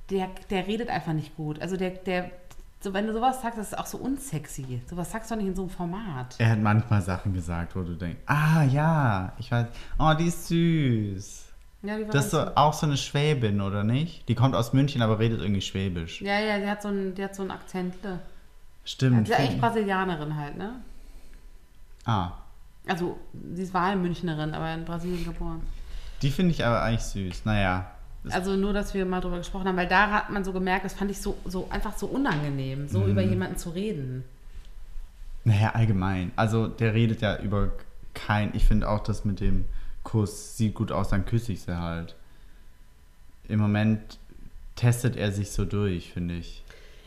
S3: der, der redet einfach nicht gut. Also der, der, so, wenn du sowas sagst, das ist auch so unsexy. Sowas sagst du doch nicht in so einem Format.
S2: er hat manchmal Sachen gesagt, wo du denkst, ah ja, ich weiß, oh, die ist süß.
S3: Ja, die war
S2: Das ist so,
S3: ganz-
S2: auch so eine Schwäbin, oder nicht? Die kommt aus München, aber redet irgendwie Schwäbisch.
S3: ja, ja, die hat so einen, die hat so einen Akzent. Ne? Ja,
S2: Stimmt.
S3: sie ist eigentlich
S2: stimmt.
S3: Brasilianerin halt, ne?
S2: ah,
S3: Also, sie war Münchnerin, aber in Brasilien geboren.
S2: die finde ich aber eigentlich süß. Naja, das
S3: Also nur, dass wir mal drüber gesprochen haben, weil da hat man so gemerkt, das fand ich so, so einfach so unangenehm, so
S2: Mhm.
S3: über jemanden zu reden.
S2: Naja, allgemein. Also der redet ja über kein. Ich finde auch das mit dem Kuss sieht gut aus, dann küsse ich sie halt. Im Moment testet er sich so durch, finde ich.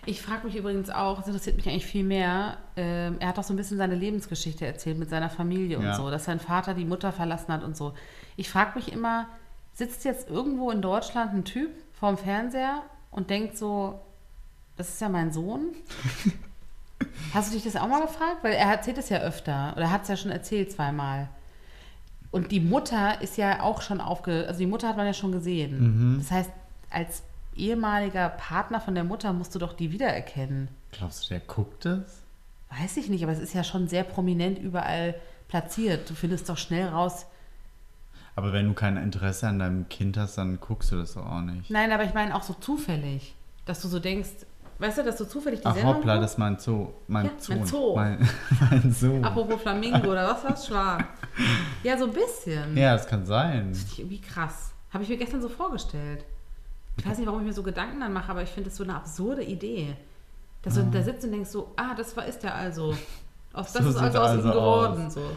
S3: Ich frage mich übrigens auch, das interessiert mich eigentlich viel mehr, ähm, er hat doch so ein bisschen seine Lebensgeschichte erzählt mit seiner Familie und
S2: Ja.
S3: so, dass sein Vater die Mutter verlassen hat und so. Ich frage mich immer, sitzt jetzt irgendwo in Deutschland ein Typ vorm Fernseher und denkt so, das ist ja mein Sohn? Hast du dich das auch mal gefragt? Weil er erzählt es ja öfter oder hat es ja schon erzählt zweimal. Und die Mutter ist ja auch schon aufge... Also die Mutter hat man ja schon gesehen.
S2: Mhm.
S3: Das heißt, als ehemaliger Partner von der Mutter musst du doch die wiedererkennen.
S2: Glaubst du, der guckt es?
S3: Weiß ich nicht, aber es ist ja schon sehr prominent überall platziert. Du findest doch schnell raus.
S2: Aber wenn du kein Interesse an deinem Kind hast, dann guckst du das doch auch nicht.
S3: Nein, aber ich meine auch so zufällig, dass du so denkst, weißt du, dass du zufällig die
S2: Ach
S3: Sendung...
S2: hoppla, das
S3: guckst?
S2: ist mein Zoo. Mein
S3: Ja,
S2: Sohn.
S3: mein Zoo.
S2: Mein, mein Sohn.
S3: Apropos Flamingo oder was war's? Schwarm. Ja, so ein bisschen.
S2: Ja, das kann sein.
S3: Wie krass. Habe ich mir gestern so vorgestellt. Ich weiß nicht, warum ich mir so Gedanken dann mache, aber ich finde das so eine absurde Idee. Dass du da sitzt und denkst so, ah, das war ist der also. Aus, das
S2: So
S3: ist
S2: sieht
S3: also
S2: er
S3: aus ihm
S2: also
S3: geworden. So.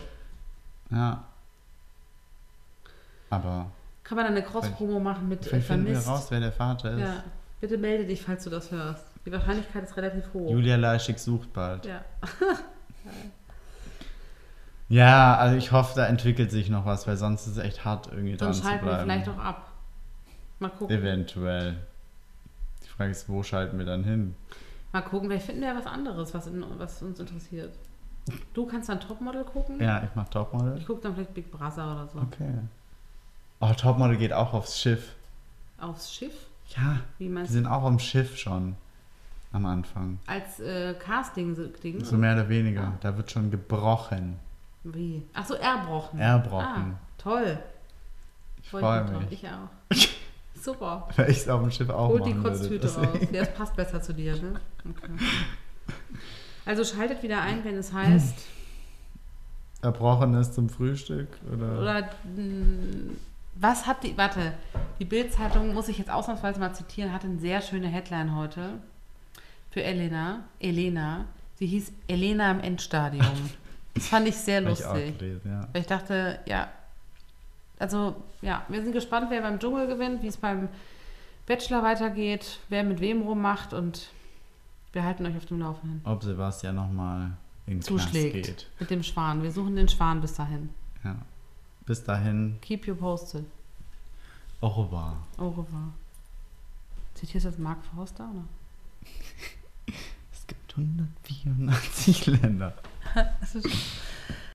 S2: Ja. Aber
S3: Kann man dann eine Cross-Promo machen mit äh,
S2: vielleicht finden wir
S3: vermisst?
S2: raus, wer der Vater ist.
S3: ja. Bitte melde dich, falls du das hörst. Die Wahrscheinlichkeit ist relativ hoch.
S2: Julia Leischig sucht bald.
S3: Ja.
S2: Ja, also ich hoffe, da entwickelt sich noch was, weil sonst ist es echt hart, irgendwie dran
S3: Sonst
S2: zu
S3: schalten wir
S2: bleiben.
S3: vielleicht auch ab. Mal gucken.
S2: Eventuell. Die Frage ist, wo schalten wir dann hin?
S3: Mal gucken, vielleicht finden wir ja was anderes, was, in, was uns interessiert. Du kannst dann Topmodel gucken.
S2: Ja, ich mach Topmodel.
S3: Ich gucke dann vielleicht Big Brother oder so.
S2: Okay. Oh, Topmodel geht auch aufs Schiff.
S3: Aufs Schiff.
S2: Ja,
S3: Wie
S2: die
S3: meinst du?
S2: sind auch am Schiff schon. Am Anfang.
S3: Als äh, Casting-Ding?
S2: So mehr oder weniger. Da wird schon gebrochen.
S3: Wie? Achso, Erbrochen.
S2: Erbrochen.
S3: Ah, toll.
S2: ich
S3: Freut
S2: freue
S3: mich drauf.
S2: mich. Oh
S3: Ich auch. Super.
S2: Weil ich es auf dem Schiff auch
S3: Hol die
S2: machen würde.
S3: Kotztüte raus.
S2: deswegen.
S3: Ja, das passt besser zu dir, ne? Okay. Also schaltet wieder ein, wenn es heißt.
S2: Erbrochenes zum Frühstück oder,
S3: Oder mh, was hat die, warte, die Bild-Zeitung, muss ich jetzt ausnahmsweise mal zitieren, hat eine sehr schöne Headline heute für Elena. Elena, sie hieß Elena im Endstadium. Das fand ich sehr
S2: Hab ich auch
S3: lustig.
S2: gelesen, ja.
S3: Weil ich dachte, ja, also ja, wir sind gespannt, wer beim Dschungel gewinnt, wie es beim Bachelor weitergeht, wer mit wem rummacht und wir halten euch auf dem Laufenden.
S2: Ob Sebastian nochmal in den Knast
S3: Zuschlägt
S2: geht.
S3: mit dem Schwan. Wir suchen den Schwan bis dahin.
S2: Ja. Bis dahin,
S3: Keep you posted.
S2: au revoir.
S3: Au revoir. Zitierst du jetzt Mark Forster? Oder?
S2: Es gibt 184 Länder.
S3: Das ist